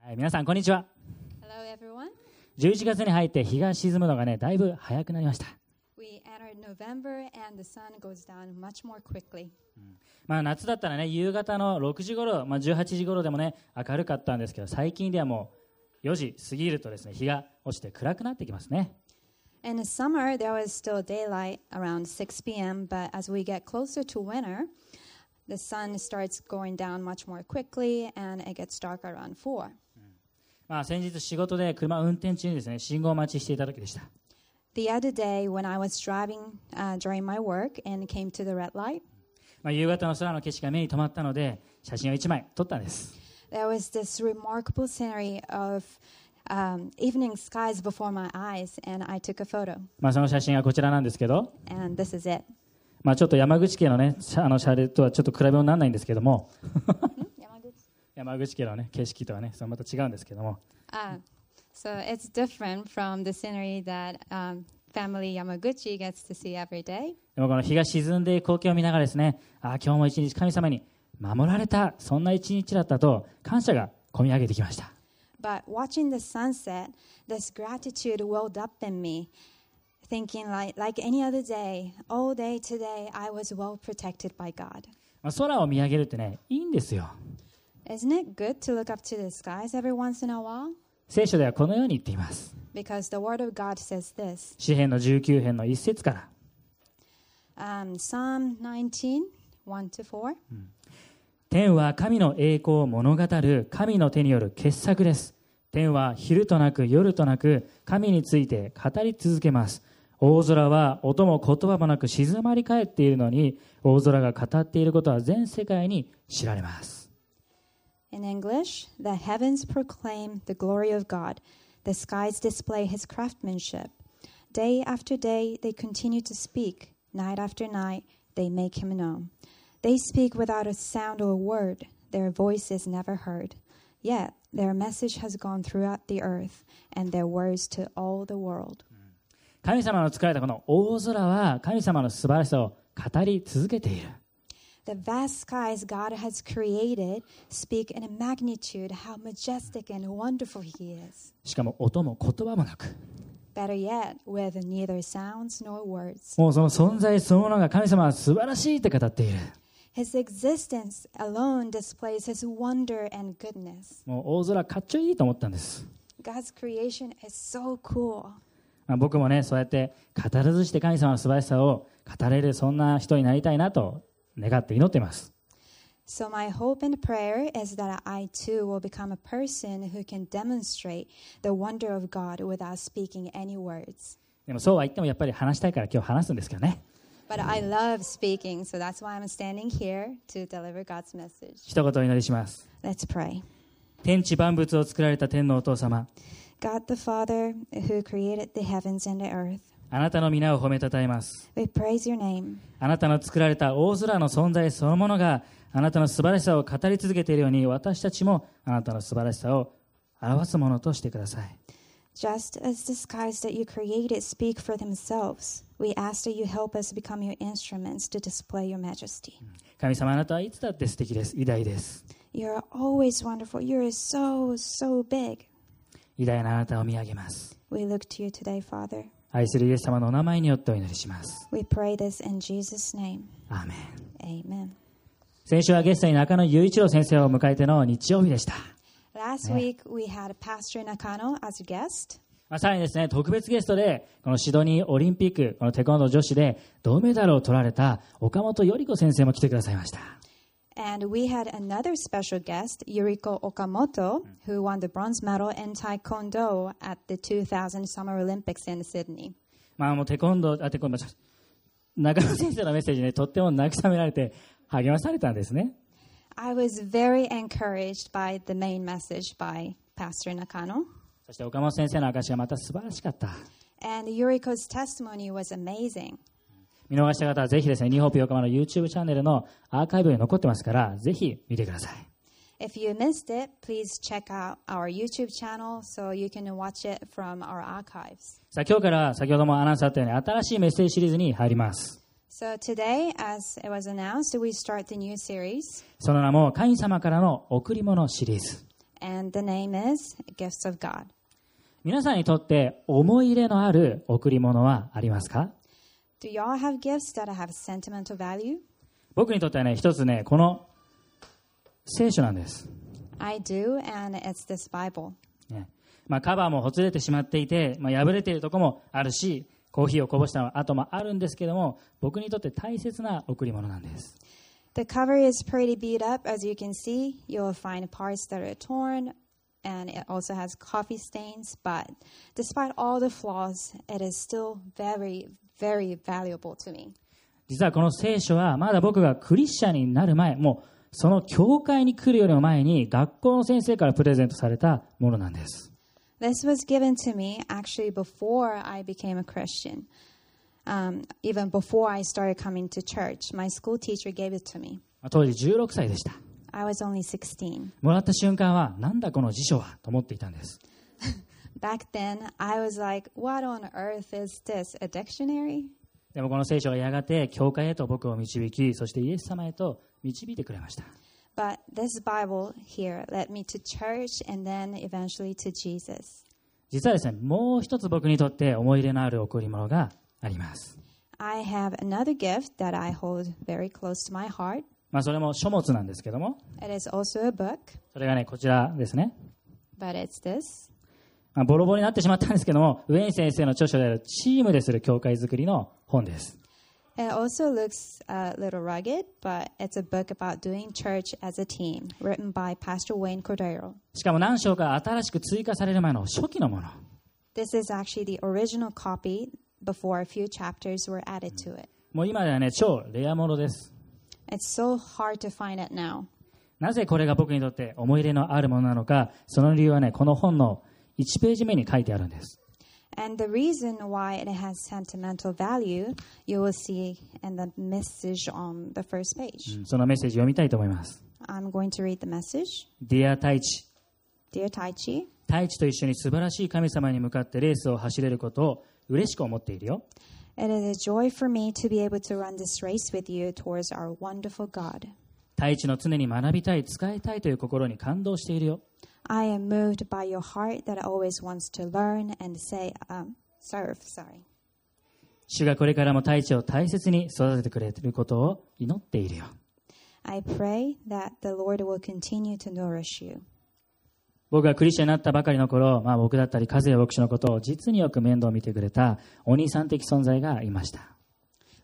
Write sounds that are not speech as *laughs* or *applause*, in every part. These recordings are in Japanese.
はい、皆さんこんにちは Hello, everyone. 11月に入って日が沈むのがねだいぶ早くなりました、 We entered November and the sun goes down much more quickly. まあ、夏だったらね夕方の6時頃、まあ、18時頃でもね明るかったんですけど最近ではもう4時過ぎるとですね日が落ちて暗くなってきますね In the summer, there was still daylight around 6 p.m., but as we get closer to winter, the sun starts going down much more quickly and it gets dark around 4. まあ、先日仕事で車を運転中にですね信号待ちしていた時でした The other day, when I was driving uh, during my work and came to the red light, まあ、夕方の空の景色が目に留まったので写真を1枚撮ったんです there was this remarkable scenery of um, evening skies before my eyes, and I took a photo. まあ、その写真がこちらなんですけど、 And this is it. まあ、ちょっと山口県のねしゃあのシャレとはちょっと比べようにならないんですけども山口県のね景色とはねそれまた違うんですけども Ah, so it's different from the scenery that um, family Yamaguchi gets to see every day. でもこの日が沈んでいく光景を見ながらですねああ今日も一日神様に守られたそんな一日だったと感謝が込み上げてきました But watching the sunset, this gratitude welled up in me, thinking like, like any other day, all day today, I was well protected by God. まあ、空を見上げるってねいいんですよ Isn't it good to look up to the skies every once in a while? 聖書ではこのように言っています Because the Word of God says this 詩篇の19編の一節から um, Psalm 19, 1 to 4. 天は神の栄光を物語る神の手による傑作です。天は昼となく夜となく神について語り続けます。大空は音も言葉もなく静まり返っているのに、大空が語っていることは全世界に知られます。 In English, the heavens proclaim the glory of God, the skies display his craftsmanship. Day after day, they continue to speak, night after night, they make him known. They speak without a sound or word, their voice is never heard. Yet, their message has gone throughout the earth, and their words to all the world. 神様の作られたこの大空は神様の素晴らしさを語り続けている。 The vast skies God has created speak in a magnitude how majestic and wonderful He is. しかも音も言葉もなく。 Better yet, with neither sounds nor words. もうその存在そのものが神様は素晴らしいって語っている。 His existence alone displays his wonder and goodness. もう大空かっちょいいと思ったんです。 God's creation is so cool. まあ、僕もねそうやって語らずして神様の素晴らしさを語れるそんな人になりたいなと願って祈っています So, my hope and prayer is that I too will become a person who can demonstrate the wonder of God without speaking any words. でもそうは言ってもやっぱり話したいから今日話すんですけどね But I love speaking, so that's why I'm standing here to deliver God's message. 一言お祈りします Let's pray. 天地万物を作られた天のお父様 God the Father, who created the heavens and the earth, あなたの皆を褒めたたえます we praise your name. あなたの作られた大空の存在そのものがあなたの素晴らしさを語り続けているように私たちもあなたの素晴らしさを表すものとしてください Just as the skies that you created speak for themselves, we ask that you help us become your instruments to display your majesty. 神様あなたはいつだって素敵です偉大です You're always wonderful. You're so, so big. 偉大なあなたを見上げます We look to you today, Father. 愛するイエス様のお名前によってお祈りします。 We pray this in Jesus' name. アーメン。 Amen. 先週はゲストに中野雄一郎先生を迎えての日曜日でした。 Last week, we had Pastor Nakano as a guest. まあ、さらにですね、特別ゲストで、このシドニーオリンピック、このテコンドー女子で銅メダルを取られた岡本より子先生も来てくださいました。 And we had another special guest, Yuriko Okamoto, who won the bronze medal in Taekwondo at the 2000 Summer Olympics in Sydney. まあもうテコンドー、あ、テコンドー、中野先生のメッセージね、とっても慰められて励まされたんですね。 I was very encouraged by the main message by Pastor Nakano. そして岡本先生の証しがまた素晴らしかった。 And Yuriko's testimony was amazing. 見逃した方はぜひですね、ニホープ横浜の YouTube チャンネルのアーカイブに残ってますから、ぜひ見てください。 If you missed it, please check out our YouTube channel so you can watch it from our archives. さあ今日から先ほどもアナウンスあったように新しいメッセージシリーズに入ります。 So today, as it was announced, we start the new series, その名も神様からの贈り物シリーズ。 and the name is Gifts of God. 皆さんにとって思い入れのある贈り物はありますか Do y'all have gifts that have sentimental value? 僕にとってはね、一つね、この聖書なんです。 I do, and it's this Bible. ねまあ、カバーもほつれてしまっていて、まあ、破れているとこもあるし、コーヒーをこぼした後もあるんですけども、僕にとって大切な贈り物なんです。 The cover is pretty beat up, as you can see. You'll find parts that are torn, and it also has coffee stains, but despite all the flaws, it is still very, very valuable to me. 実はこの聖書はまだ僕がクリスチャンになる前もうその教会に来るよりも前に学校の先生からプレゼントされたものなんです This was given to me actually before I became a Christian. Um, even before I started coming to church, my school teacher gave it to me. まあ当時16歳でした I was only 16. もらった瞬間はなんだこの辞書はと思っていたんです Back then, I was like, what on earth is this? A dictionary? でもこの聖書がやがて教会へと僕を導きそしてイエス様へと導いてくれました But this Bible here led me to church and then eventually to Jesus. 実はですねもう一つ僕にとって思い入れのある贈り物があります、 I have another gift that I hold very close to my heart. まあ、それも書物なんですけども It is also a book, それがねこちらですね but it's this. まあ、ボロボロになってしまったんですけども、ウェイン先生の著書であるチームでする教会づくりの本です。 It also looks a little rugged, but it's a book about doing church as a team, written by Pastor Wayne Cordero. しかも何章か新しく追加される前の初期のもの。 This is actually the original copy before a few chapters were added to it. もう今ではね、超レアものです。 It's so hard to find it now. なぜこれが僕にとって思い入れのあるものなのか、その理由はね、この本の1ページ目に書いてあるんです。 And the reason why it has sentimental value, you will see in the message on the first page. そのメッセージ読みたいと思います。 I'm going to read the message. Dear 太一、 Dear Tai Chi, 太一と一緒に素晴らしい神様に向かってレースを走れることを嬉しく思っているよ。 it is a joy for me to be able to run this race with you towards our wonderful God. 太一の常に学びたい、使いたいという心に感動しているよ。 I am moved by your heart that always wants to learn and say, um, serve, sorry. 主がこれからも大地を大切に育ててくれることを祈っているよ。 I pray that the Lord will continue to nourish you. 僕がクリスチャンになったばかりの頃、まあ、僕だったり和也牧師のことを実によく面倒を見てくれたお兄さん的存在がいました。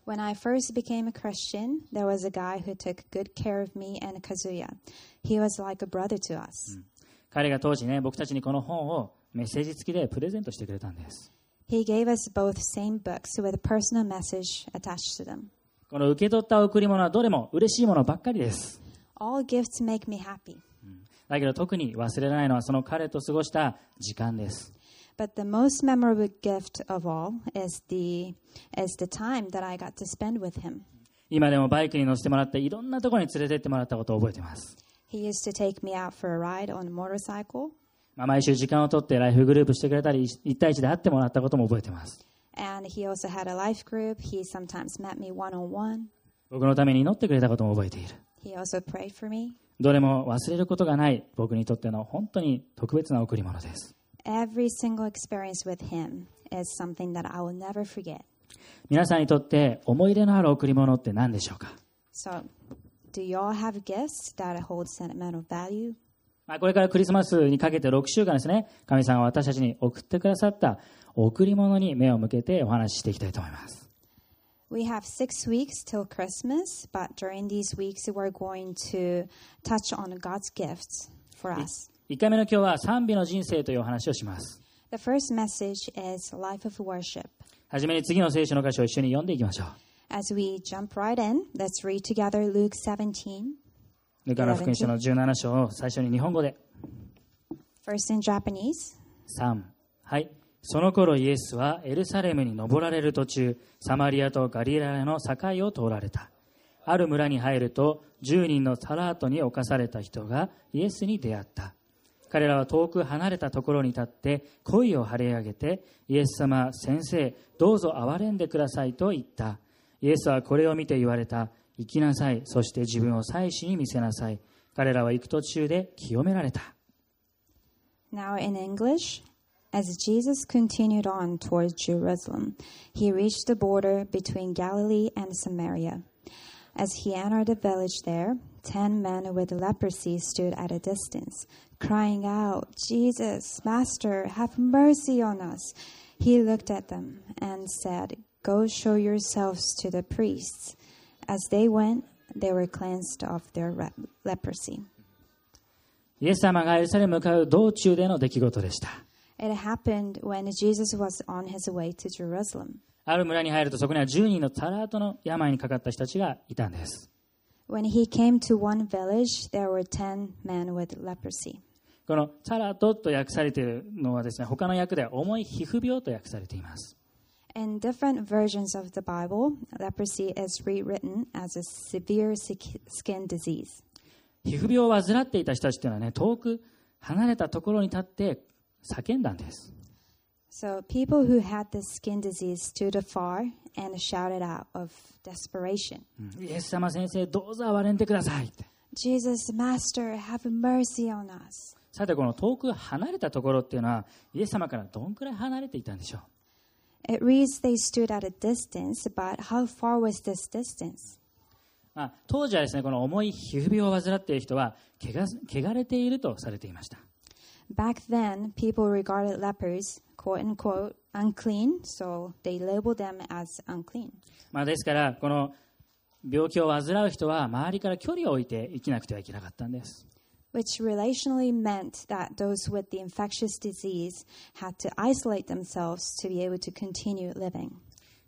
When I first became a Christian, there was a guy who took good care of me and Kazuya. He was like a brother to us. 彼が当時ね、僕たちにこの本をメッセージ付きでプレゼントしてくれたんです。 He gave us both same books with a personal message attached to them. この受け取った贈り物はどれも嬉しいものばっかりです。 All gifts make me happy, だけど特に忘れられないのはその彼と過ごした時間です。 but the most memorable gift of all is the is the time that I got to spend with him. 今でもバイクに乗せてもらっていろんなところに連れてってもらったことを覚えてます。 He used to take me out for a ride on a motorcycle, まあ、毎週時間を取ってライフグループしてくれたり、1対1で会ってもらったことも覚えてます。 and he also had a life group. He sometimes met me one on one. 僕のために祈ってくれたことも覚えている。 He also prayed for me. どれも忘れることがない僕にとっての本当に特別な贈り物です。 Every single experience with him is something that I will never forget. 皆さんにとって思い入れのある贈り物って何でしょうか、 So, do y'all have gifts that hold sentimental value? まあ、これからクリスマスにかけて6週間ですね、神さんは私たちに送ってくださった贈り物に目を向けてお話ししていきたいと思います。 We have six weeks till Christmas, but during these weeks, we're going to touch on God's gifts for us. 1回目の今日は賛美の人生というお話をします。 The first message is Life of Worship. はじめに次の聖書の箇所を一緒に読んでいきましょう。 As we jump right in, let's read together Luke 17, ルカの福音書の17章を最初に日本語で。 first in Japanese. 3はいその頃イエスはエルサレムに登られる途中サマリアとガリラヤの境を通られたある村に入ると10人のサラートに侵された人がイエスに出会った彼らは遠く離れたところに立って声を張り上げてイエス様先生どうぞ憐れんでくださいと言ったイエスはこれを見て言われた行きなさいそして自分を祭司に見せなさい彼らは行く途中で清められた Now in English, as Jesus continued on towards Jerusalem, he reached the border between Galilee and Samaria. As he entered a village there, ten men with leprosy stood at a distance, crying out, Jesus, Master, have mercy on us. He looked at them and said, Go show yourselves to the priests. As they went, they were cleansed of their re- leprosy. イエス様がエルサレムへ向かう道中での出来事でした。 It happened when Jesus was on his way to Jerusalem. ある村に入るとそこには10人のタラートの病にかかった人たちがいたんです。 When he came to one village, there were ten men with leprosy. このタラートと訳されているのはですね、他の訳では重い皮膚病と訳されています。 In different versions of the Bible, leprosy is rewritten as a severe sick- skin disease. 皮膚病を患っていた人たちというのはね、遠く離れたところに立って叫んだんです。 So people who had this skin disease stood afar and shouted out of desperation, うんイエス様先生、どうぞ憐れんでくださいって。 Jesus, Master, have mercy on us. さて、この遠く離れたところっていうのは、イエス様からどんくらい離れていたんでしょう It reads they stood at a distance, but how far was this distance? まあ、当時はですね、この重い皮膚病を患っている人は、けが汚れているとされていました。 Back then, people regarded lepers, quote unquote, unclean, so they labeled them as unclean. まあ、ですから、この病気を患う人は、周りから距離を置いて生きなくてはいけなかったんです。 which relationally meant that those with the infectious disease had to isolate themselves to be able to continue living.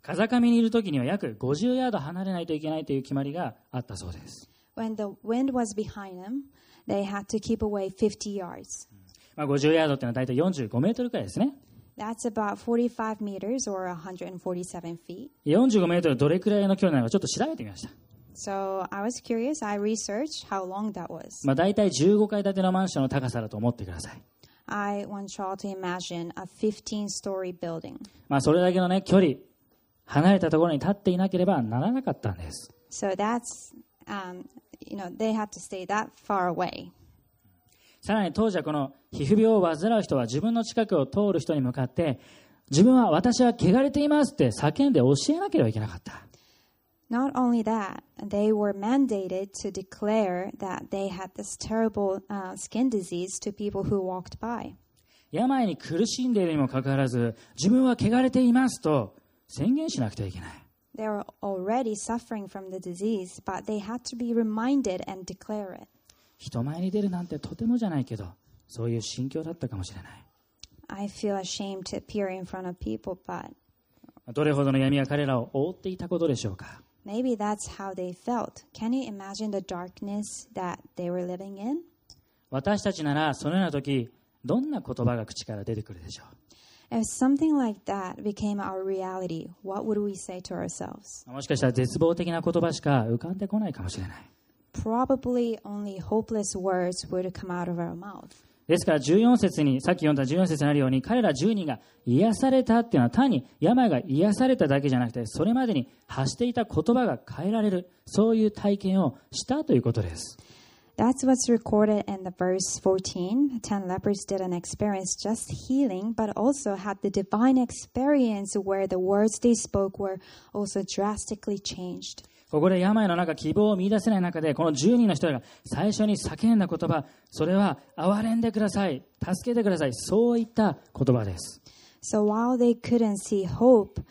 風上にいる時には約50ヤード離れないといけないという決まりがあったそうです。 When the wind was behind them, they had to keep away 50 yards. まあ、50ヤードっていうのは大体45メートルくらいですね。 That's about 45 meters or 147 feet. 45メートルどれくらいの距離なのかちょっと調べてみました。 So I was curious. I researched how long that was. まあ、大体15階建てのマンションの高さだと思ってください。 I want y'all to imagine a 15 story building. まあ、それだけのね、距離、離れたところに立っていなければならなかったんです。 So that's, um, you know, they had to stay that far away. さらに当時はこの皮膚病を患う人は自分の近くを通る人に向かって、自分は私は汚れていますって叫んで教えなければいけなかった。 Not only that, they were mandated to declare that they had this terrible uh, skin disease to people who walked by. 病に苦しんでいるにもかかわらず、自分は汚れていますと宣言しなくてはいけない。 They were already suffering from the disease, but they had to be reminded and declare it. 人前に出るなんてとてもじゃないけど、そういう心境だったかもしれない。 I feel ashamed to appear in front of people, but どれほどの闇が彼らを覆っていたことでしょうか。 maybe that's how they felt. Can you imagine the darkness that they were living in? 私たちならそのような時、どんな言葉が口から出てくるでしょう。 If something like that became our reality, what would we say to ourselves? もしかしたら絶望的な言葉しか浮かんでこないかもしれない。 Probably only hopeless words would come out of our mouth. ですから14節に、さっき読んだ14節にあるように、彼ら10人が癒されたっていうのは単に病が癒されただけじゃなくて、それまでに発していた言葉が変えられる、そういう体験をしたということです。 That's what's recorded in the verse 14. Ten lepers didn't experience just healing, but also had the divine experience where the words they spoke were also drastically changed. ここで病の中、希望を見出せない中で、この10人の人が最初に叫んだ言葉、それは、憐れんでください、助けてください、そういった言葉です。 So while they couldn't see hope,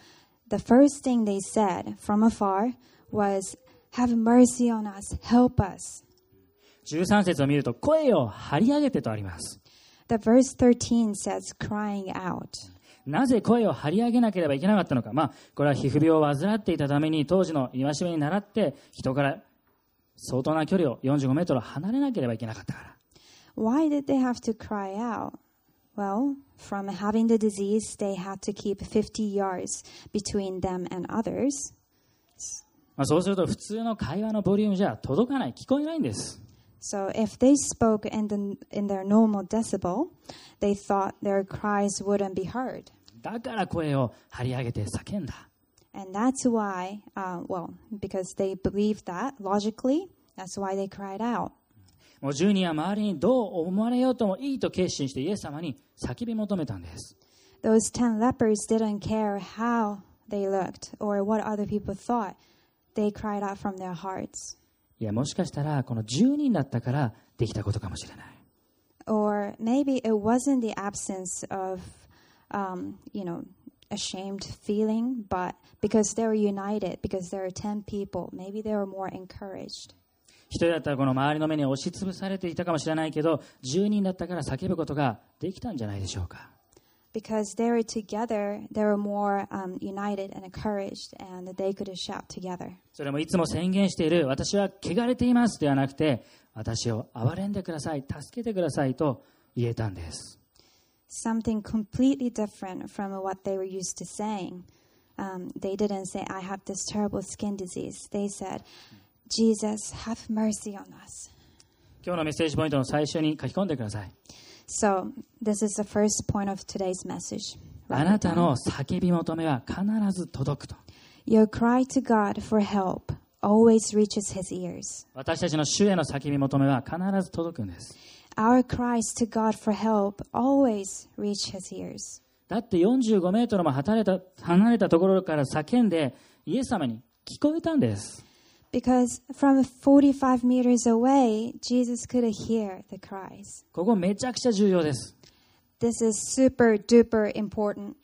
the first thing they said from afar was, Have mercy on us, help us. 13節を見ると、声を張り上げてとあります。 The verse 13 says, crying out. なぜ声を張り上げなければいけなかったのか、まあ、これは皮膚病を患っていたために当時の戒めに倣って人から相当な距離を45メートル離れなければいけなかったから Why did they have to cry out? Well, from having the disease, they had to keep 50 yards between them and others. まあ、そうすると普通の会話のボリュームじゃ届かない聞こえないんです So if they spoke in, the, in their normal decibel, they thought their cries wouldn't be heard. だから声を張り上げて叫んだ And that's why, uh, well, because they believed that logically, that's why they cried out. もう十人は周りにどう思われようともいいと決心してイエス様に叫び求めたんです。 Those ten lepers didn't care how they looked or what other people thought. They cried out from their hearts. いや、もしかしたらこの十人だったからできたことかもしれない。 Or maybe it wasn't the absence of, um, you know, ashamed feeling, but because they were united, because there were 10 people, maybe they were more encouraged. 一人だったらこの周りの目に押しつぶされていたかもしれないけど、十人だったから叫ぶことができたんじゃないでしょうか。 Because they were together, they were more um, united and encouraged, and they could shout together. それもいつも宣言している、私は汚れていますではなくて、私を憐れんでください、助けてくださいと言えたんです。 something completely different from what they were used to saying. Um, they didn't say, I have this terrible skin disease. They said, Jesus, have mercy on us. 今日のメッセージポイントの最初に書き込んでください。 So, this is the first point of today's message. あなたの叫び求めは必ず届くと。 Your cry to God for help always reaches his ears. 私たちの主への叫び求めは必ず届くんです。 Our cries to God for help always reach his ears. だって45メートルも離れた離れたところから叫んで、イエス様に聞こえたんです。 Because from 45 meters away, Jesus could hear the cries. ここめちゃくちゃ重要です。 This is super duper important.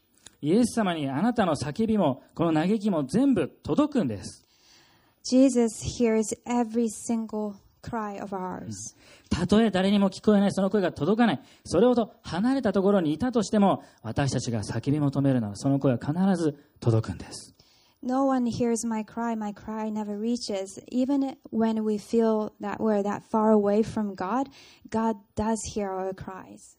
イエス様にあなたの叫びも、この嘆きも全部届くんです。 Jesus hears every single cry of ours. たとえ誰にも聞こえないその声が届かないそれほど離れたところにいたとしても私たちが叫び求めるならその声は必ず届くんです No one hears my cry, my cry never reaches. Even when we feel that we're that far away from God, God does hear our cries.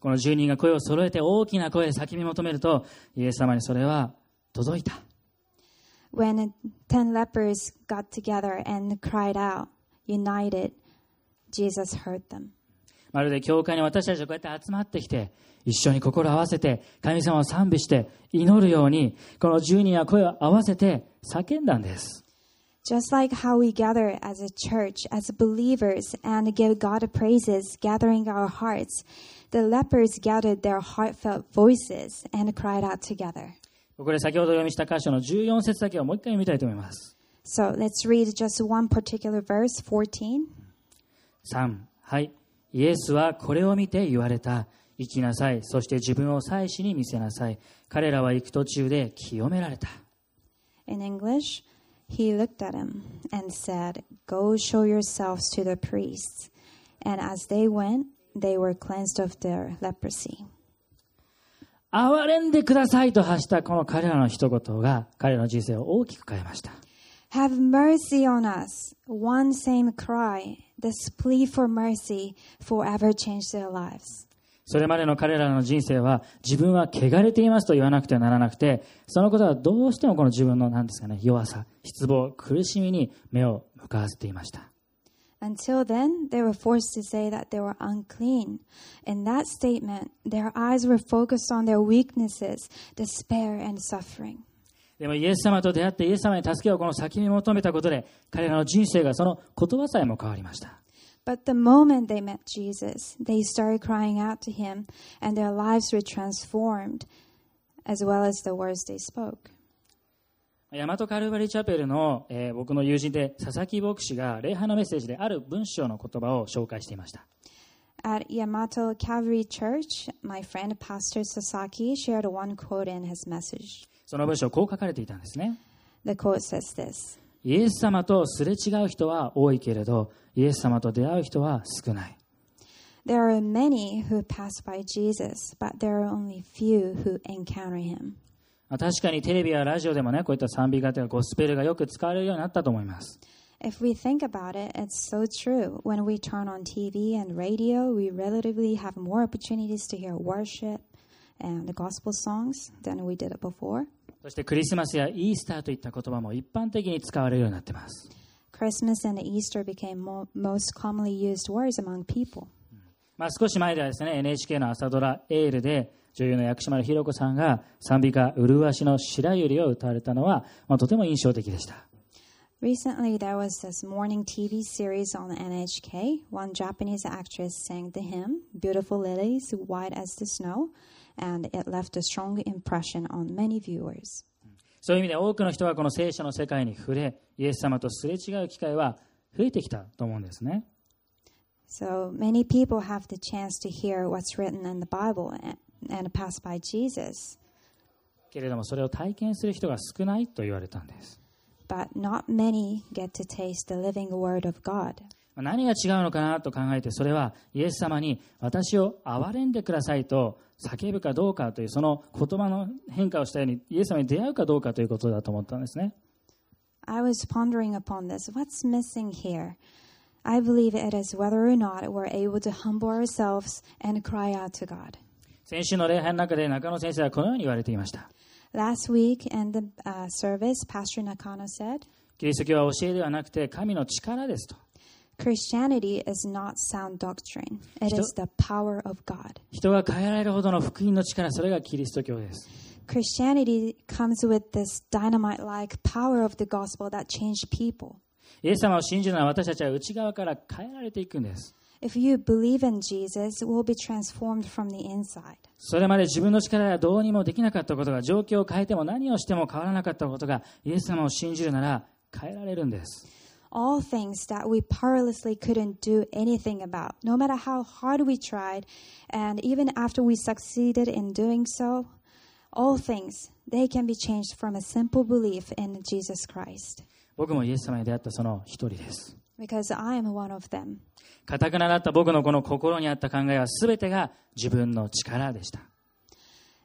この住人が声を揃えて大きな声で叫び求めるとイエス様にそれは届いた When 10 lepers got together and cried out, united, Jesus heard them. まるで教会に私たちがこうやって集まってきて一緒に心を合わせて神様を賛美して祈るようにこの住人は声を合わせて叫んだんです Just like how we gather as a church, as believers, and give God praises, gathering our hearts, the lepers gathered their heartfelt voices and cried out together. ここで先ほど読みした箇所の14節だけをもう一回見たいと思います So let's read just one particular verse, 14. 3はいイエスはこれを見て言われた生きなさいそして自分を祭司に見せなさい彼らは行く途中で清められた In English, he looked at him and said, Go show yourselves to the priests. And as they went, they were cleansed of their leprosy. 憐れんでくださいと発したこの彼らの一言が彼らの人生を大きく変えました Have mercy on us. One same cry, this plea for mercy, forever changed their lives. それまでの彼らの人生は自分は汚れていますと言わなくてはならなくてそのことはどうしてもこの自分の何ですかね弱さ失望苦しみに目を向かわせていました Until then, they were forced to say that they were unclean. In that statement, their eyes were focused on their weaknesses, despair, and suffering. でもイエス様と出会ってイエス様に助けをこの先に求めたことで彼らの人生がその言葉さえも変わりました。 But the moment they met Jesus, they started crying out to him, and their lives were transformed, as well as the words they spoke. 大和カルバリーチャペルの、えー僕の友人で佐々木牧師が礼拝のメッセージである文章の言葉を紹介していました。 At Yamato Calvary Church, my friend Pastor Sasaki shared one quote in his message. その文章こう書かれていたんですね。 The quote says this イエス様とすれ違う人は多いけれど、イエス様と出会う人は少ない。 There are many who pass by Jesus, but there are only few who encounter him. まあ確かにテレビやラジオでもね、こういった賛美方やゴスペルがよく使われるようになったと思います。 If we think about it, it's so true. When we turn on TV and radio, we relatively have more opportunities to hear worship and the gospel songs than we did before. そしてクリスマスやイースターといった言葉も一般的に使われるようになっています。 Christmas and Easter became mo- most commonly used words among people. まあ、少し前ではですね NHK の朝ドラ「エール」で女優の薬師丸ひろ子さんが賛美歌「うるわしの白百合」を歌われたのは、まあ、とても印象的でした Recently, there was this morning TV series on NHK. One Japanese actress sang the hymn, Beautiful Lilies, White as the Snow, and it left a strong impression on many viewers. そういう意味で多くの人はこの聖書の世界に触れ、イエス様とすれ違う機会は増えてきたと思うんですね。 So many people have the chance to hear what's written in the Bible and, and pass by Jesus, けれどもそれを体験する人が少ないと言われたんです。 but not many get to taste the living Word of God. まあ何が違うのかなと考えて、それはイエス様に私を憐れんでくださいと叫ぶかどうかというその言葉の変化をしたようにイエス様に出会うかどうかということだと思ったんですね。 I was pondering upon this. What's missing here? I believe it is whether or not we're able to humble ourselves and cry out to God. 先週の礼拝の中で中野先生はこのように言われていました。 Last week in the uh, service, Pastor Nakano said, キリスト教は教えではなくて神の力ですと。 Christianity is not sound doctrine, it Что? is the power of God. 人が変えられるほどの福音の力、それがキリスト教です。 Christianity comes with this dynamite like power of the gospel that changed people. イエス様を信じるのは私たちは内側から変えられていくんです。 If you believe in Jesus, we'll be transformed from the inside. それまで自分の力ではどうにもできなかったことが状況を変えても何をしても変わらなかったことがイエス様を信じるなら変えられるんです。 all things that we powerlessly couldn't do anything about, no matter how hard we tried, and even after we succeeded in doing so, all things they can be changed from a simple belief in Jesus Christ. 僕もイエス様に出会ったその一人です。 Because I am one of them. かたくなだった僕のこの心にあった考えは全てが自分の力でした。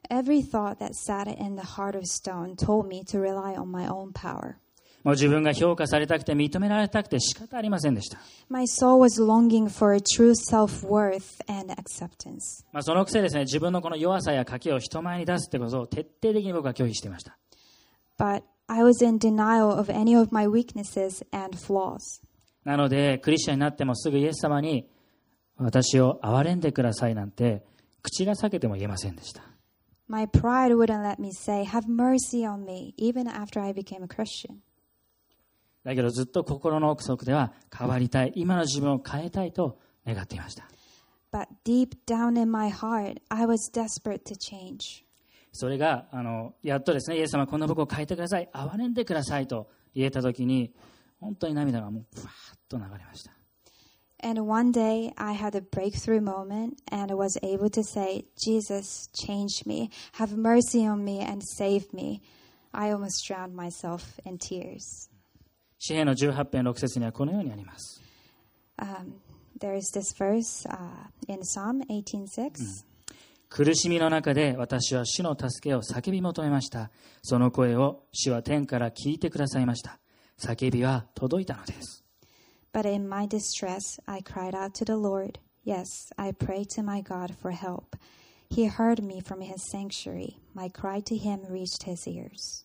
Every thought that sat in the heart of stone told me to rely on my own power. もう自分が評価されたくて認められたくて仕方ありませんでした。 My soul was longing for a true self worth and acceptance. まあ、そのくせですね、自分のこの弱さや賭けを人前に出すってことを徹底的に僕は拒否していました。 But I was in denial of any of my weaknesses and flaws. なので、クリスチャンになってもすぐイエス様に、私を憐れんでくださいなんて、口が裂けても言えませんでした。 My pride wouldn't let me say, Have mercy on me, even after I became a Christian. だけどずっと心の奥底では変わりたい、今の自分を変えたいと願っていました。 But deep down in my heart, I was desperate to change. それが、あの、やっとですね、イエス様こんな僕を変えてください、憐れんでくださいと言えたときに、本当に涙がもう、ふわーっと流れました。 And one day, I had a breakthrough moment and was able to say, Jesus, change me, have mercy on me, and save me. I almost drowned myself in tears. 詩篇の18編6節にはこのようにあります。 Um, there is this verse uh, in Psalm 18:6. 苦しみの中で私は主の助けを叫び求めました。その声を主は天から聞いてくださいました。叫びは届いたのです。 But in my distress, I cried out to the Lord. Yes, I prayed to my God for help. He heard me from his sanctuary. My cry to him reached his ears.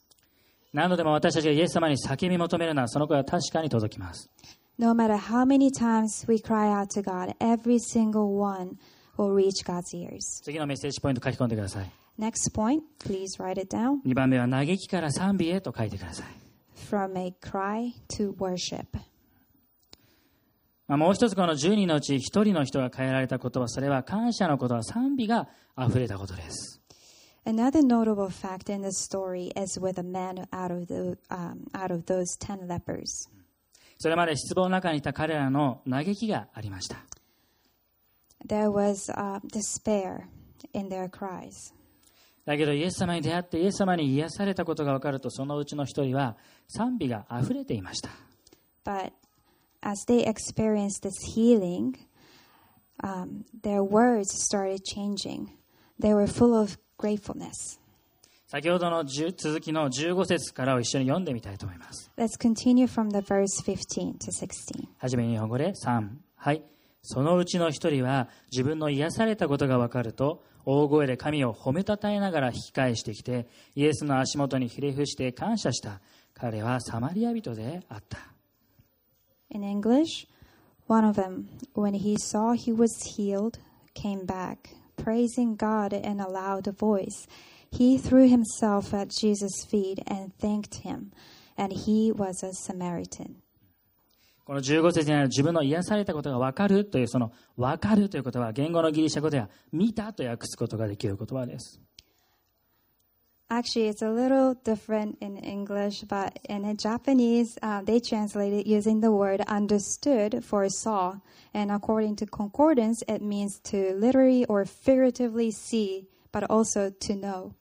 何度でも私たちがイエス様に叫び求めるならその声は確かに届きます。 No matter how many times we cry out to God, every single one will reach God's ears. 次のメッセージポイント書き込んでください。 Next point, please write it down 2番目は嘆きから賛美へと書いてください。 from a cry to worship. まあ、もう一つこの10人のうち1人の人が変えられた言葉、それは感謝の言葉、賛美が溢れたことです。 Another notable fact in this story is with a man out of, the, um, out of those ten lepers. それまで失望の中にいた彼らの嘆きがありました。 There was uh, despair in their cries. だけどイエス様に出会ってイエス様に癒されたことが分かるとそのうちの一人は賛美が溢れていました But as they experienced this healing, um, their words started changing. They were full of gratefulness. 先ほどの10続きの15節からを一緒に読んでみたいと思います Let's continue from the verse 15 to 16. はじめに日本語で3はいそのうちの一人は自分の癒されたことが分かると大声で神を褒めたたえながら引き返してきてイエスの足元にひれ伏して感謝した彼はサマリア人であった In English, one of them, when he saw he was healed, came back, praising God in a loud voice. He threw himself at Jesus' feet and thanked him. and he was a Samaritan. この15節にある自分の癒されたことが分かるというその分かるという言葉は言語のギリシャ語では見たと訳すことができる言葉です。 Actually, it's a little different in English, but in Japanese, uh, they translate it using the word understood for saw. And according to concordance, it means to literally or figuratively see, but also to know.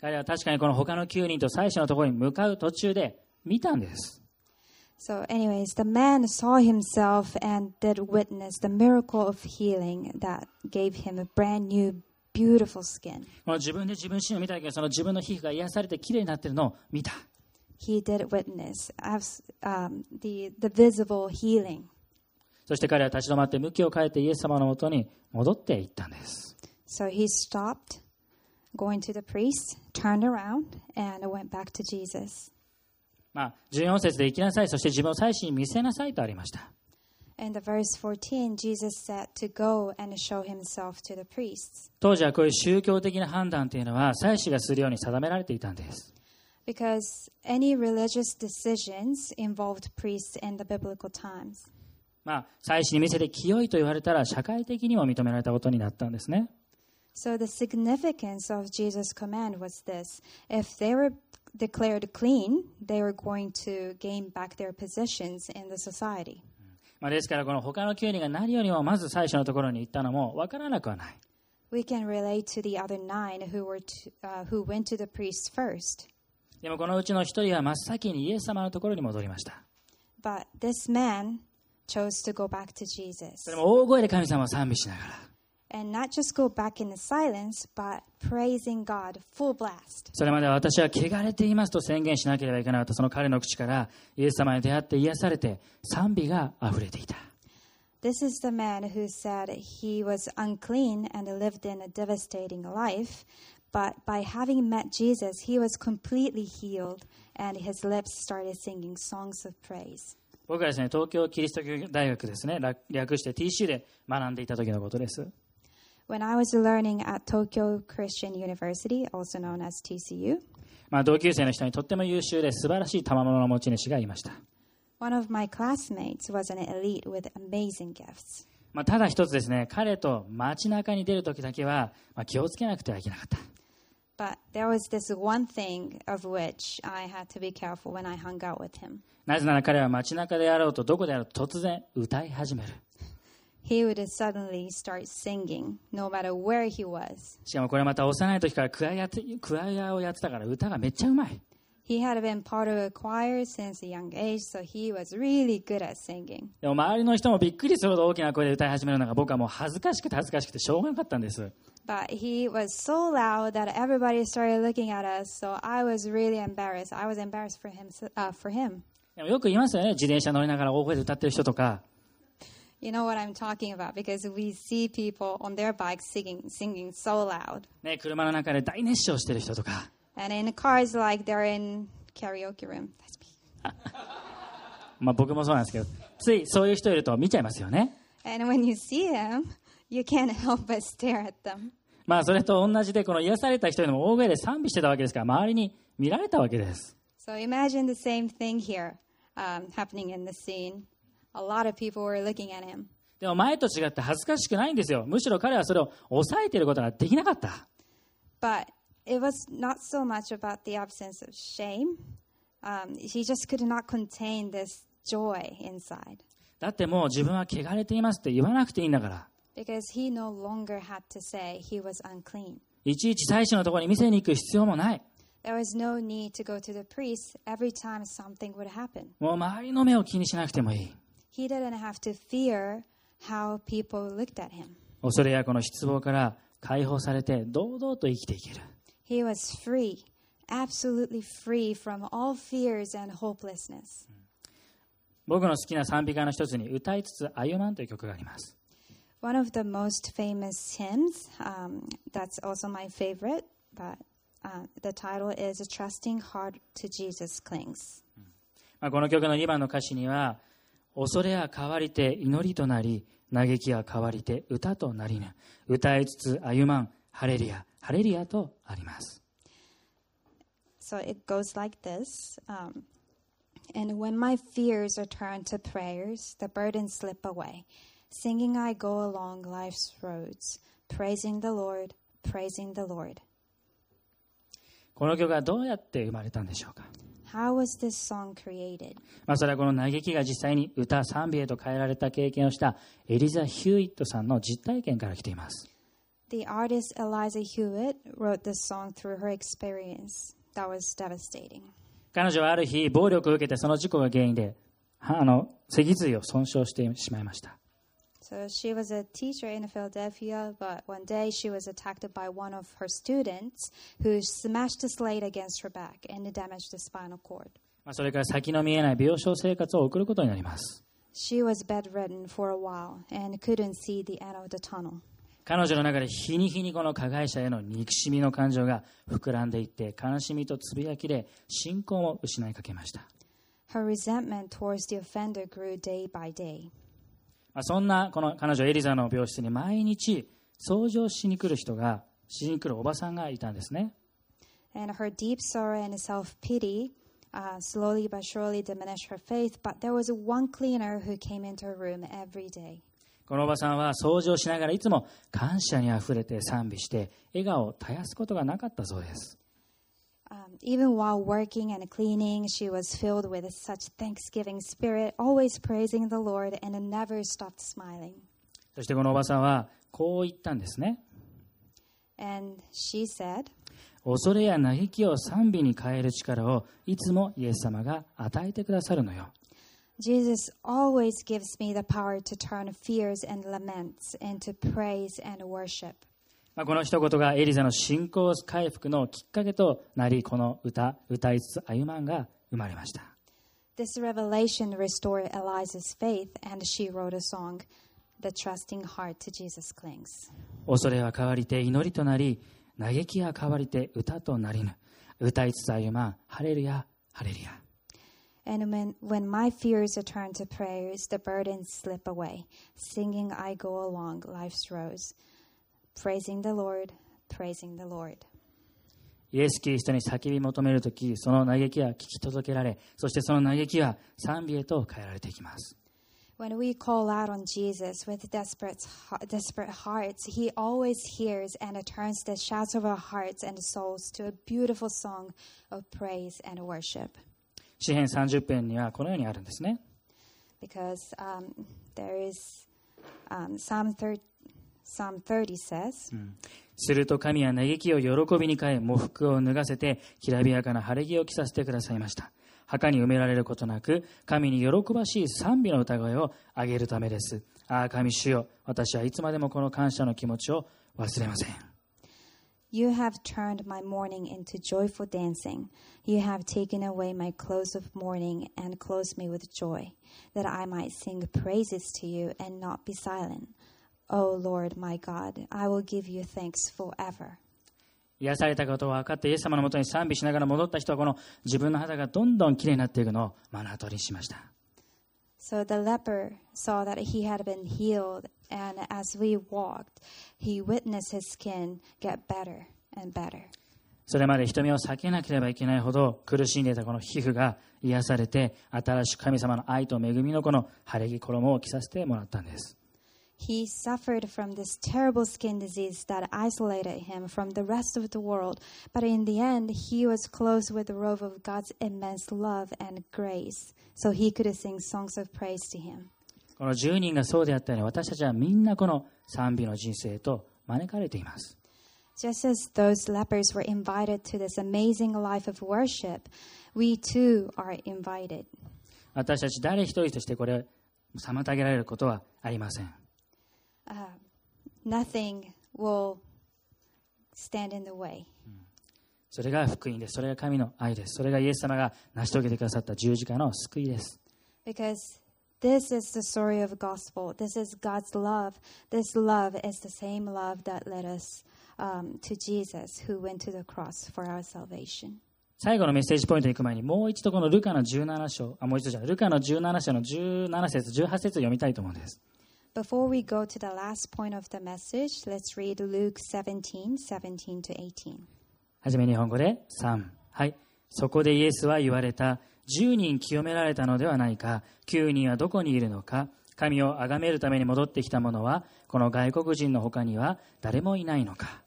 彼らは確かにこの他の9人と最初のところに向かう途中で見たんです。 So, anyways, the man saw himself and did witness the miracle of healing that gave him a brand new, beautiful skin. この自分で自分自身を見たけど、その自分の皮膚が癒されて綺麗になってるのを見た。 He did witness abs- um, the, the visible healing. そして彼は立ち止まって向きを変えてイエス様のもとに戻っていったんです。 So he stopped going to the priest, turned around, and went back to Jesus. まあ、14節で行きなさい、そして自分を祭司に見せなさいとありました。 In the verse 14, Jesus said to go and show himself to the priests. 当時はこういう宗教的な判断というのは祭司がするように定められていたんです。 Because any religious decisions involved priests in the biblical times. まあ、祭司に見せて清いと言われたら社会的にも認められたことになったんですね。 So the significance of Jesus' command was this if they were declared clean, they were going to gain back their positions in the society. まあ、ですからこの他の9人が何よりもまず最初のところに行ったのも分からなくはない。 We can relate to the other nine who were to, uh, who went to the priest first. でもこのうちの一人は真っ先にイエス様のところに戻りました。 But this man chose to go back to Jesus. それも大声で神様を賛美しながら、 And not just go back in the silence, but praising God full blast. それまでは私は汚れていますと宣言しなければいけないとその彼の口からイエス様に出会って癒されて賛美が溢れていた。 This is the man who said he was unclean and lived in a devastating life. But by having met Jesus, he was completely healed, and his lips started singing songs of praise. 僕はですね、東京キリスト教大学ですね、略略して TC で学んでいた時のことです。 When I was learning at Tokyo Christian University, also known as TCU, まあ、同級生の人にとっても優秀で素晴らしい賜物の持ち主がいました。 one of my classmates was an elite with amazing gifts. まあ、ただ一つですね、彼と街中に出るときだけは、まあ、気をつけなくてはいけなかった。 But there was this one thing of which I had to be careful when I hung out with him. なぜなら彼は街中であろうとどこであろうと突然歌い始める。 He would suddenly start singing, no matter where he was. しかもこれまた幼い時からクワイアてクワイアをやってたから歌がめっちゃうまい。 He had been part of a choir since a young age, so he was really good at singing. でも周りの人もびっくりするほど大きな声で歌い始めるのが僕はもう恥ずかしくて恥ずかしくてしょうがなかったんです。 But he was so loud that everybody started looking at us, so I was really embarrassed. I was embarrassed for him. Uh, for him. でもよく言いますよね、自転車乗りながら大声で歌ってる人とか、 You know what I'm talking about because we see people on their bikes singing, singing so loud. ね、車の中で大熱唱してる人とか。 And in cars, like they're in karaoke room. That's me. まあ僕もそうなんですけど、ついそういう人いると見ちゃいますよね。 And when you see him, you can't *laughs* help but stare at them. まあそれと同じで、この癒された人にも大声で賛美してたわけですから、周りに見られたわけです。 So imagine the same thing here um, happening in the scene. A lot of people were looking at him. でも前と違って恥ずかしくないんですよ。むしろ彼はそれを抑えていることができなかった。 But it was not so much about the absence of shame. Um, he just could not contain this joy inside だってもう自分は汚れていますって言わなくていいんだから。 because he no longer had to say he was unclean. いちいち最初のところに店に行く必要もない。 There was no need to go to the priest every time something would happen. もう周りの目を気にしなくてもいい。 He didn't have to fear how people looked at him. 恐れやこの失望から解放されて堂々と生きていける。 He was free, absolutely free from all fears and hopelessness. 僕の好きな賛美歌の一つに歌いつつ歩まんという曲があります。 One of the most famous hymns, um, that's also my favorite, but uh, the title is A Trusting Heart to Jesus Clings. まあ、この曲の2番の歌詞には「恐れは変わりて祈りとなり嘆きは変わりて歌となりぬ歌いつつ歩まんハレリアハレリア」とあります So it goes like this. Um, and when my fears are turned to prayers, the burdens slip away. Singing, I go along life's roads, praising the Lord, praising the Lord. この曲はどうやって生まれたんでしょうか、 How was this song created? まあ、それはこの嘆きが実際に歌賛美へと変えられた経験をしたエリザ・ヒューイットさんの実体験から来ています。 The artist Eliza Hewitt wrote this song through her experience. That was devastating. 彼女はある日暴力を受けてその事故が原因ではあの脊髄を損傷してしまいました So she was a teacher in Philadelphia, but one day she was attacked by one of her students who smashed a slate against her back and it damaged the spinal cord. まあそれから先の見えない病床生活を送ることになります She was bedridden for a while and couldn't see the end of the tunnel. 彼女の中で日に日にこの加害者への憎しみの感情が膨らんでいって悲しみとつぶやきで信仰も失いかけました、 Her resentment towards the offender grew day by day. まあ、そんなこの彼女エリザの病室に毎日掃除をしに来る人がしに来るおばさんがいたんですね And her deep sorrow and self pity uh, slowly but surely diminished her faith, but there was one cleaner who came into her room every day. このおばさんは掃除をしながらいつも感謝にあふれて賛美して笑顔を絶やすことがなかったそうです Um, even while working and cleaning, she was filled with such thanksgiving spirit, always praising the Lord and never stopped smiling. そしてこのおばさんはこう言ったんですね。 And she said, 恐れや嘆きを賛美に変える力をいつもイエス様が与えてくださるのよ。 Jesus always gives me the power to turn fears and laments into praise and worship. まあ、この一言がエリザの信仰回復のきっかけとなり、この歌、歌いつつ歩まんが生まれました。 This revelation restored Eliza's faith, and she wrote a song, The Trusting Heart to Jesus Clings. 恐れは変わりて祈りとなり、嘆きは変わりて歌となりぬ。歌いつつ歩まん、ハレルヤ、ハレルヤ。 And when, when my fears are turned to prayers, the burdens slip away. Singing, I go along life's roads, praising the Lord, praising the Lord. イエス・キリストに叫び求めるとき、その嘆きは聞き届けられ、そしてその嘆きは賛美へと変えられていきます。 When we call out on Jesus with desperate, he- desperate hearts, He always hears and turns the shouts of our hearts and souls to a beautiful song of praise and worship. 詩編30編にはこのようにあるんですね。 Because um, there is um, Psalm, thir- Psalm 30 says, すると神は嘆きを喜びに変え、喪服を脱がせて、きらびやかな晴れ着を着させてくださいました。墓に埋められることなく、神に喜ばしい賛美の歌声を上げるためです。ああ、神主よ、私はいつまでもこの感謝の気持ちを忘れません。 You have turned my mourning into joyful dancing. You have taken away my clothes of mourning and clothed me with joy, that I might sing praises to you and not be silent. O Lord my God, I will give you thanks forever. 癒されたことを分かってイエス様のもとに賛美しながら戻った人はこの自分の肌がどんどん綺麗になっていくのを目の当たりにしました。 So the leper saw that he had been healed, and as we walked, he witnessed his skin get better and better. それまで人目を避けなければいけないほど苦しんでいたこの皮膚が癒されて新しく神様の愛と恵みのこの晴れ着衣を着させてもらったんです He suffered from this terrible skin disease that isolated him from the rest of the world, but in the end, he was clothed with the robe of God's immense love and grace, so he could sing songs of praise to him. この10人がそうであったように私たちはみんなこの賛美の人生へと招かれています Just as those lepers were invited to this amazing life of worship, we too are invited. 私たち誰一人としてこれ妨げられることはありません Nothing will stand in the way. それが福音ですそれが神の愛ですそれがイエス様が成し遂げてくださった十字架の救いです because this is the story of gospel this is god's love this love is the same love that led us um, to jesus who went to the cross for our salvation 最後のメッセージポイントに行く前にもう一度このルカの17章あもう一度じゃないルカの17章の17節18節を読みたいと思うんです before we go to the last point of the message let's read luke 17 17 to 18はじめ日本語で3。はい。そこでイエスは言われた。10人清められたのではないか。9人はどこにいるのか。神を崇めるために戻ってきた者は、この外国人の他には誰もいないのか。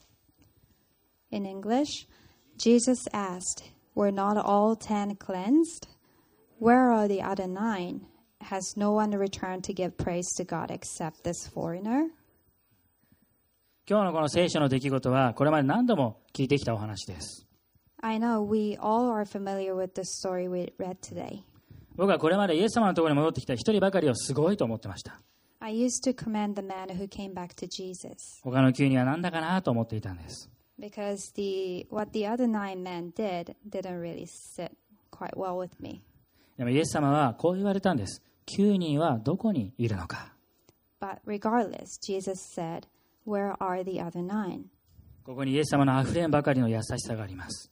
In English, Jesus asked, Were not all ten cleansed? Where are the other nine? Has no one returned to give praise to God except this foreigner? 今日のこの聖書の出来事は、これまで何度も聞いてきたお話です。 I know we all are familiar with the story we read today. 僕はこれまでイエス様のところに戻ってきた一人ばかりをすごいと思ってました。 I used to commend the man who came back to Jesus 他の9人は何だかなと思っていたんです。 because the what the other nine men did didn't really sit quite well with me. でもイエス様はこう言われたんです。9人はどこにいるのか。 But regardless, Jesus said, Where are the other nine? ここにイエス様のあふれんばかりの優しさがあります。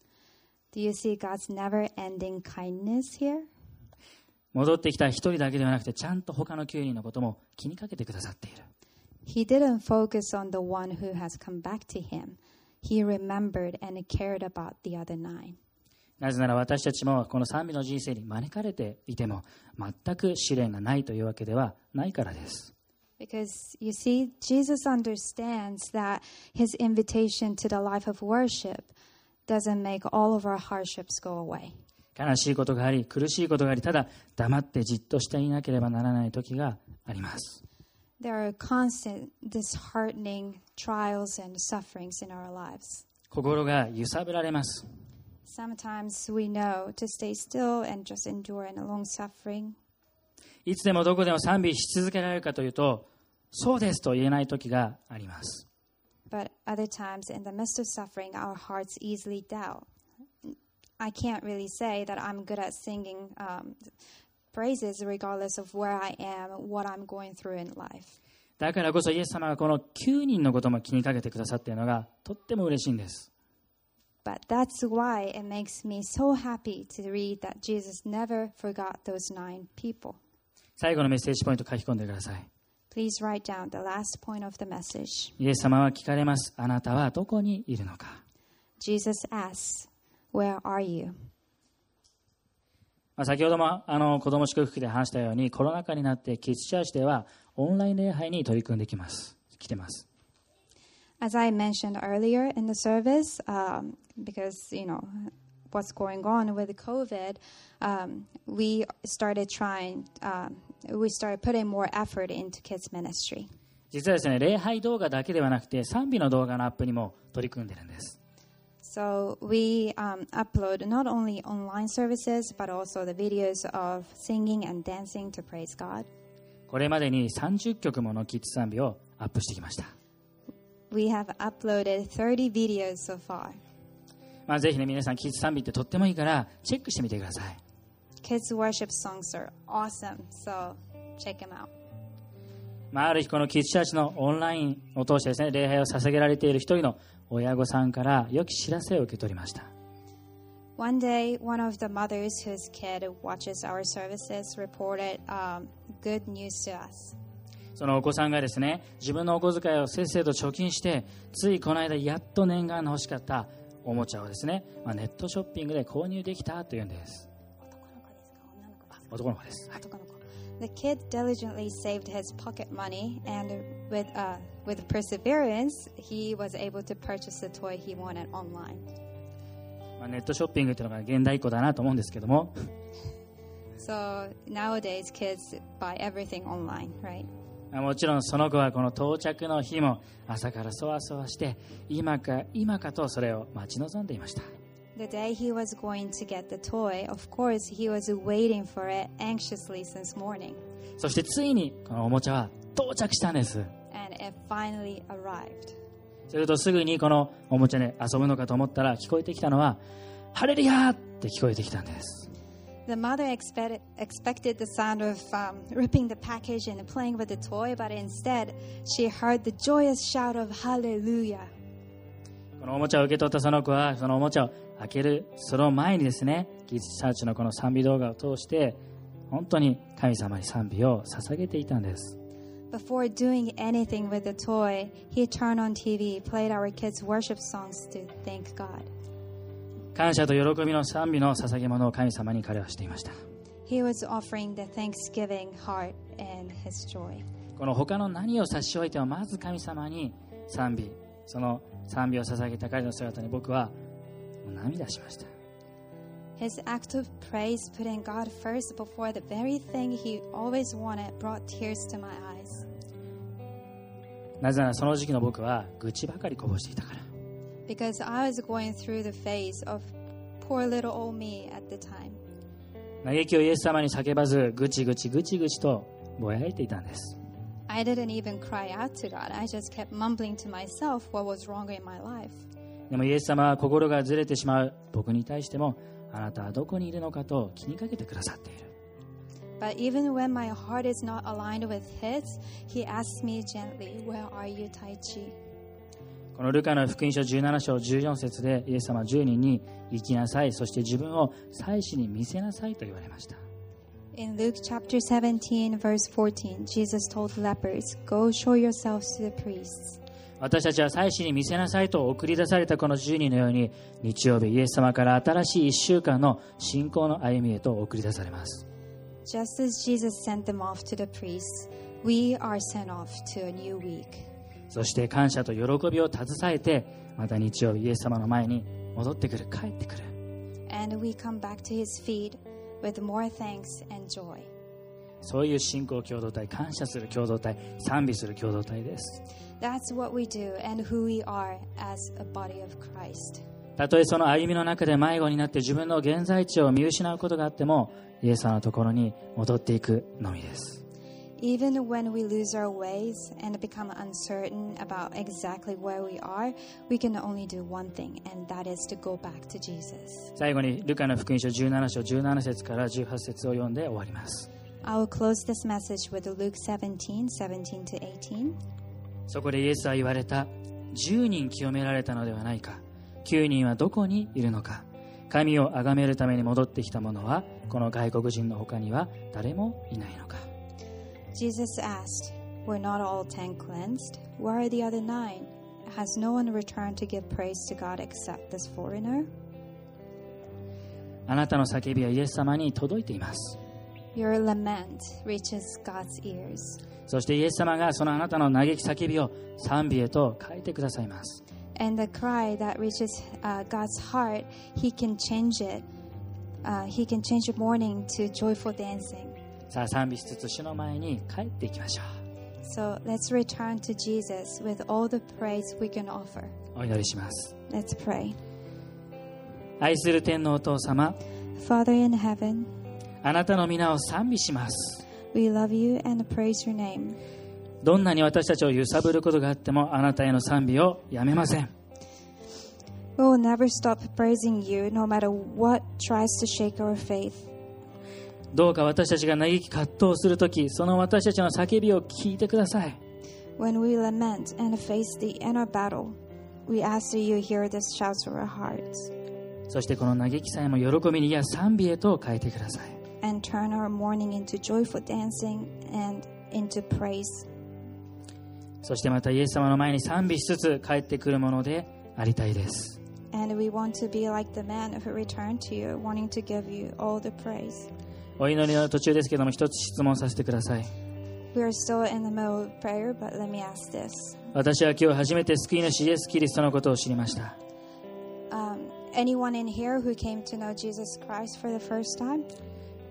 Do you see God's never ending kindness here? 戻ってきた一人だけではなくて、ちゃんと他の9人のことも気にかけてくださっている。 He didn't focus on the one who has come back to him. He remembered and cared about the other nine. なぜなら私たちもこの賛美の人生に招かれていても全く試練がないというわけではないからです。 Because you see, Jesus understands that his invitation to the life of worship doesn't make all of our hardships go away. 悲しいことがあり、苦しいことがあり、ただ黙ってじっとしていなければならない時があります。 There are constant disheartening trials and sufferings in our lives. 心が揺さぶられます。 Sometimes we know to stay still and just endure in a long suffering. いつでもどこでも賛美し続けられるかというと、そうですと言えない時があります。 But other times, in the midst of suffering, our hearts easily doubt. I can't really say that I'm good at singing um, praises regardless of where I am, what I'm going through in life. だからこそイエス様はこの9人のことも気にかけてくださっているのがとっても嬉しいんです。 But that's why it makes me so happy to read that Jesus never forgot those nine people. 最後のメッセージポイント書き込んでください。 Please write down the last point of the message. イエス様は聞かれます。あなたはどこにいるのか。 Jesus asks, Where are you? まあ、先ほどもあの子ども祝福で話したようにコロナ禍になってキッズチャーチではオンライン礼拝に取り組んできます来てます、 As I mentioned earlier in the service, um, because you know what's going on with COVID, um, we started trying. Um, we started putting more effort into kids ministry. 実はですね礼拝動画だけではなくて賛美の動画のアップにも取り組んでるんです So we um, upload not only online services but also the videos of singing and dancing to praise God. これまでに30曲ものキッズ賛美をアップしてきました、 We have uploaded 30 videos so far. まあ、ぜひね皆さんキッズ賛美ってとってもいいからチェックしてみてください Kids worship songs are awesome, so check them out. まあ、ある日このキッズチャーチのオンラインを通してですね礼拝を捧げられている一人の親御さんから良き知らせを受け取りました One day, one of the mothers whose kid watches our services reported um, good news to us. そのお子さんがですね自分のお小遣いをせっせと貯金してついこの間やっと念願の欲しかったおもちゃをですね、まあ、ネットショッピングで購入できたというんです男の子です、はい The kid diligently saved his pocket money, and with, uh, with perseverance, he was able to purchase the toy he wanted online. まあ、ネットショッピングっていうのが現代っ子だなと思うんですけども So nowadays, kids buy everything online, right? まあもちろんその子はこの到着の日も朝からそわそわして今か今かとそれを待ち望んでいました The day he was going to get the toy, of course, he was waiting for it anxiously since morning, そしてついにこのおもちゃは到着したんです and it finally arrived. するとすぐにこのおもちゃで遊ぶのかと思ったら聞こえてきたのは「ハレルヤ!」って聞こえてきたんです The mother expected, expected the sound of um, ripping the package and playing with the toy, but instead she heard the joyous shout of Hallelujah. このおもちゃを受け取ったその子はそのおもちゃを開けるその前にですねギズチャーチのこの賛美動画を通して本当に神様に賛美を捧げていたんです Before doing anything with the toy, he turned on TV, played our kids' worship songs to thank God. 感謝と喜びの賛美の捧げ物を神様に彼はしていました He was offering the thanksgiving heart and his joy. この他の何を差し置いてもまず神様に賛美その賛美を捧げた彼の姿に僕は涙しました His act of praise, putting God first before the very thing he always wanted, brought tears to my eyes. なぜならその時期の僕は愚痴ばかりこぼしていたから Because I was going through the phase of poor little old me at the time. 嘆きをイエス様に叫ばずぐちぐちぐちぐちとぼやいていたんです I didn't even cry out to God, I just kept mumbling to myself what was wrong in my life. でもイエス様は心がずれてしまう僕に対してもあなたはどこにいるのかと気にかけてくださっている But even when my heart is not aligned with His, He asks me gently, Where are you, Tai Chi? このルカの福音書17章14節でイエス様は10人に生きなさいそして自分を祭司に見せなさいと言われました In Luke chapter 17, verse 14, Jesus told lepers, Go show yourselves to the priests. 私たちは祭司に見せなさいと送り出されたこの10人のように日曜日イエス様から新しい1週間の信仰の歩みへと送り出されます Just as Jesus sent them off to the priests, we are sent off to a new week. そして感謝と喜びを携えてまた日曜日イエス様の前に戻ってくる帰ってくる And we come back to His feet with more thanks and joy. そういう信仰共同体感謝する共同体賛美する共同体です That's what we do and who we are as a body of Christ. たとえその歩みの中で迷子になって自分の現在地を見失うことがあってもイエス様のところに戻っていくのみです Even when we lose our ways and become uncertain about exactly where we are, we can only do one thing, and that is to go back to Jesus. 最後にルカの福音書17章17節から18節を読んで終わります I will close this message with Luke 17 17 to 18. そこでイエスは言われた10人清められたのではないか9人はどこにいるのか神を崇めるために戻ってきた者はこの外国人の他には誰もいないのか Jesus asked, Were not all ten cleansed? Where are the other nine? Has no one returned to give praise to God except this foreigner? あなたの叫びはイエス様に届いています Your lament reaches God's ears, そしてイエス様がそのあなたの嘆き叫びを賛美へと変えてくださいます。 and the cry that reaches uh, God's heart, He can change it. Uh, he can change your mourning to joyful dancing. さあ賛美しつつ主の前に帰っていきましょ So let's return to Jesus with all the praise we can offer. う。お祈りします。 Let's pray. 愛する天のお父様、 Father in heaven, あなたの皆を賛美します。 we love you and praise your name. どんなに私たちを揺さぶることがあってもあなたへの賛美をやめません。 We will never stop praising you no matter what tries to shake our faith. どうか私たちが嘆き葛藤するとき、その私たちの叫びを聞いてください。 When we lament and face the inner battle, we ask that you hear the shouts of our hearts そしてこの嘆きさえも喜びにいや賛美へと変えてください。 and turn our mourning into joyful dancing and into praise. そしてまたイエス様の前に賛美しつつ帰ってくるものでありたいです。 And we want to be like the man who returned to you, wanting to give you all the praise. お祈りの途中ですけども一つ質問させてください We are still in the middle of prayer, but let me ask this. 私は今日初めて救い主イエス・キリストのことを知りました Um, anyone in here who came to know Jesus Christ for the first time?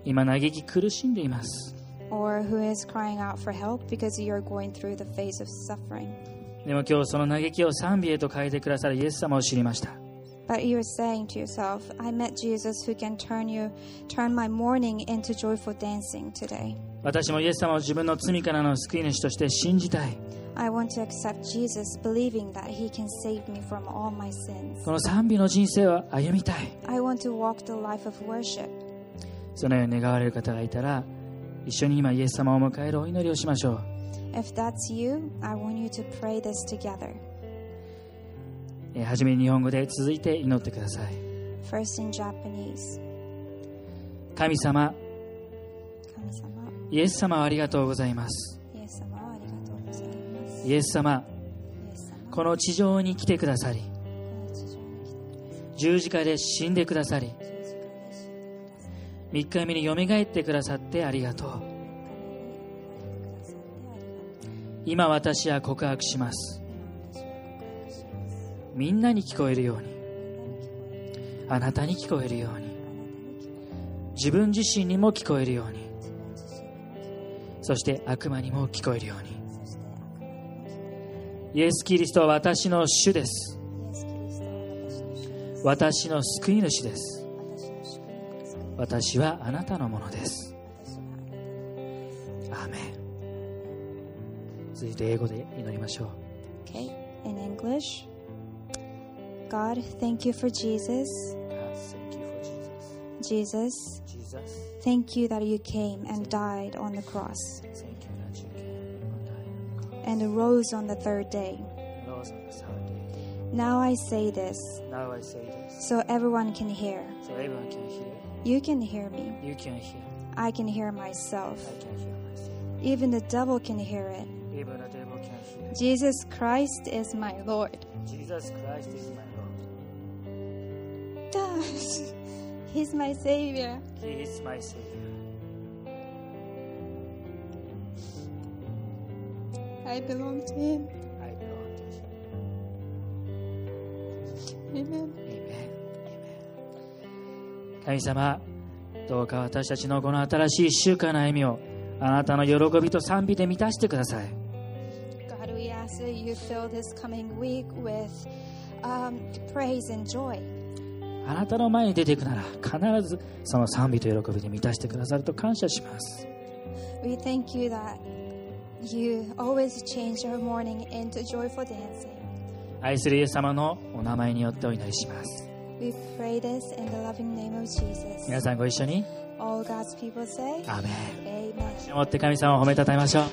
今嘆き苦しんでいます or who is crying out for help because you're going through the phase of suffering. でも今日その嘆きを賛美へと変えてくださるイエス様を知りました But you are saying to yourself, I met Jesus who can turn you turn my mourning into joyful dancing today. 私もイエス様を自分の罪からの救い主として信じたい I want to accept Jesus believing that he can save me from all my sins. この賛美の人生を歩みたい I want to walk the life of worship. そのように願われる方がいたら一緒に今イエス様を迎えるお祈りをしましょう If that's you, I want you to pray this together. えー初めに日本語で続いて祈ってください First in Japanese. 神様 Kami-sama, イエス様をありがとうございます Iesama, arigatou gozaimasu. イエス様 Iesama, この地上に来てくださり kono chichou ni kite kudasai. 十字架で死んでくださり3日目によみがえってくださってありがとう今私は告白しますみんなに聞こえるようにあなたに聞こえるように自分自身にも聞こえるようにそして悪魔にも聞こえるようにイエス・キリストは私の主です私の救い主です私はあなたのものですアーメン続いて英語で祈りましょう Okay, in English. God, thank you for Jesus. Jesus, thank you that you came and died on the cross and arose on the third day. Now I say this Now I say this so everyone can hear. so everyone can hear. You can hear me. You can hear. I can hear myself. I can hear myself. Even the devil can hear it. Even the devil can hear. Jesus Christ is my Lord. *laughs* Jesus Christ is my Lord. He's my Savior. He is my Savior. I belong to Him. I belong to Him. Amen. 神様どうか私たちのこの新しい一週間の歩みをあなたの喜びと賛美で満たしてください God, we ask that you fill this coming week with um, praise and joy. あなたの前に出ていくなら必ずその賛美と喜びで満たしてくださると感謝します We thank you that you always change our morning into joyful dancing. 愛するイエス様のお名前によってお祈りします We pray this in the loving name of Jesus. 皆さんご一緒に Ah. All God's people say, アーメン Amen. 持って神様を褒めたたえましょう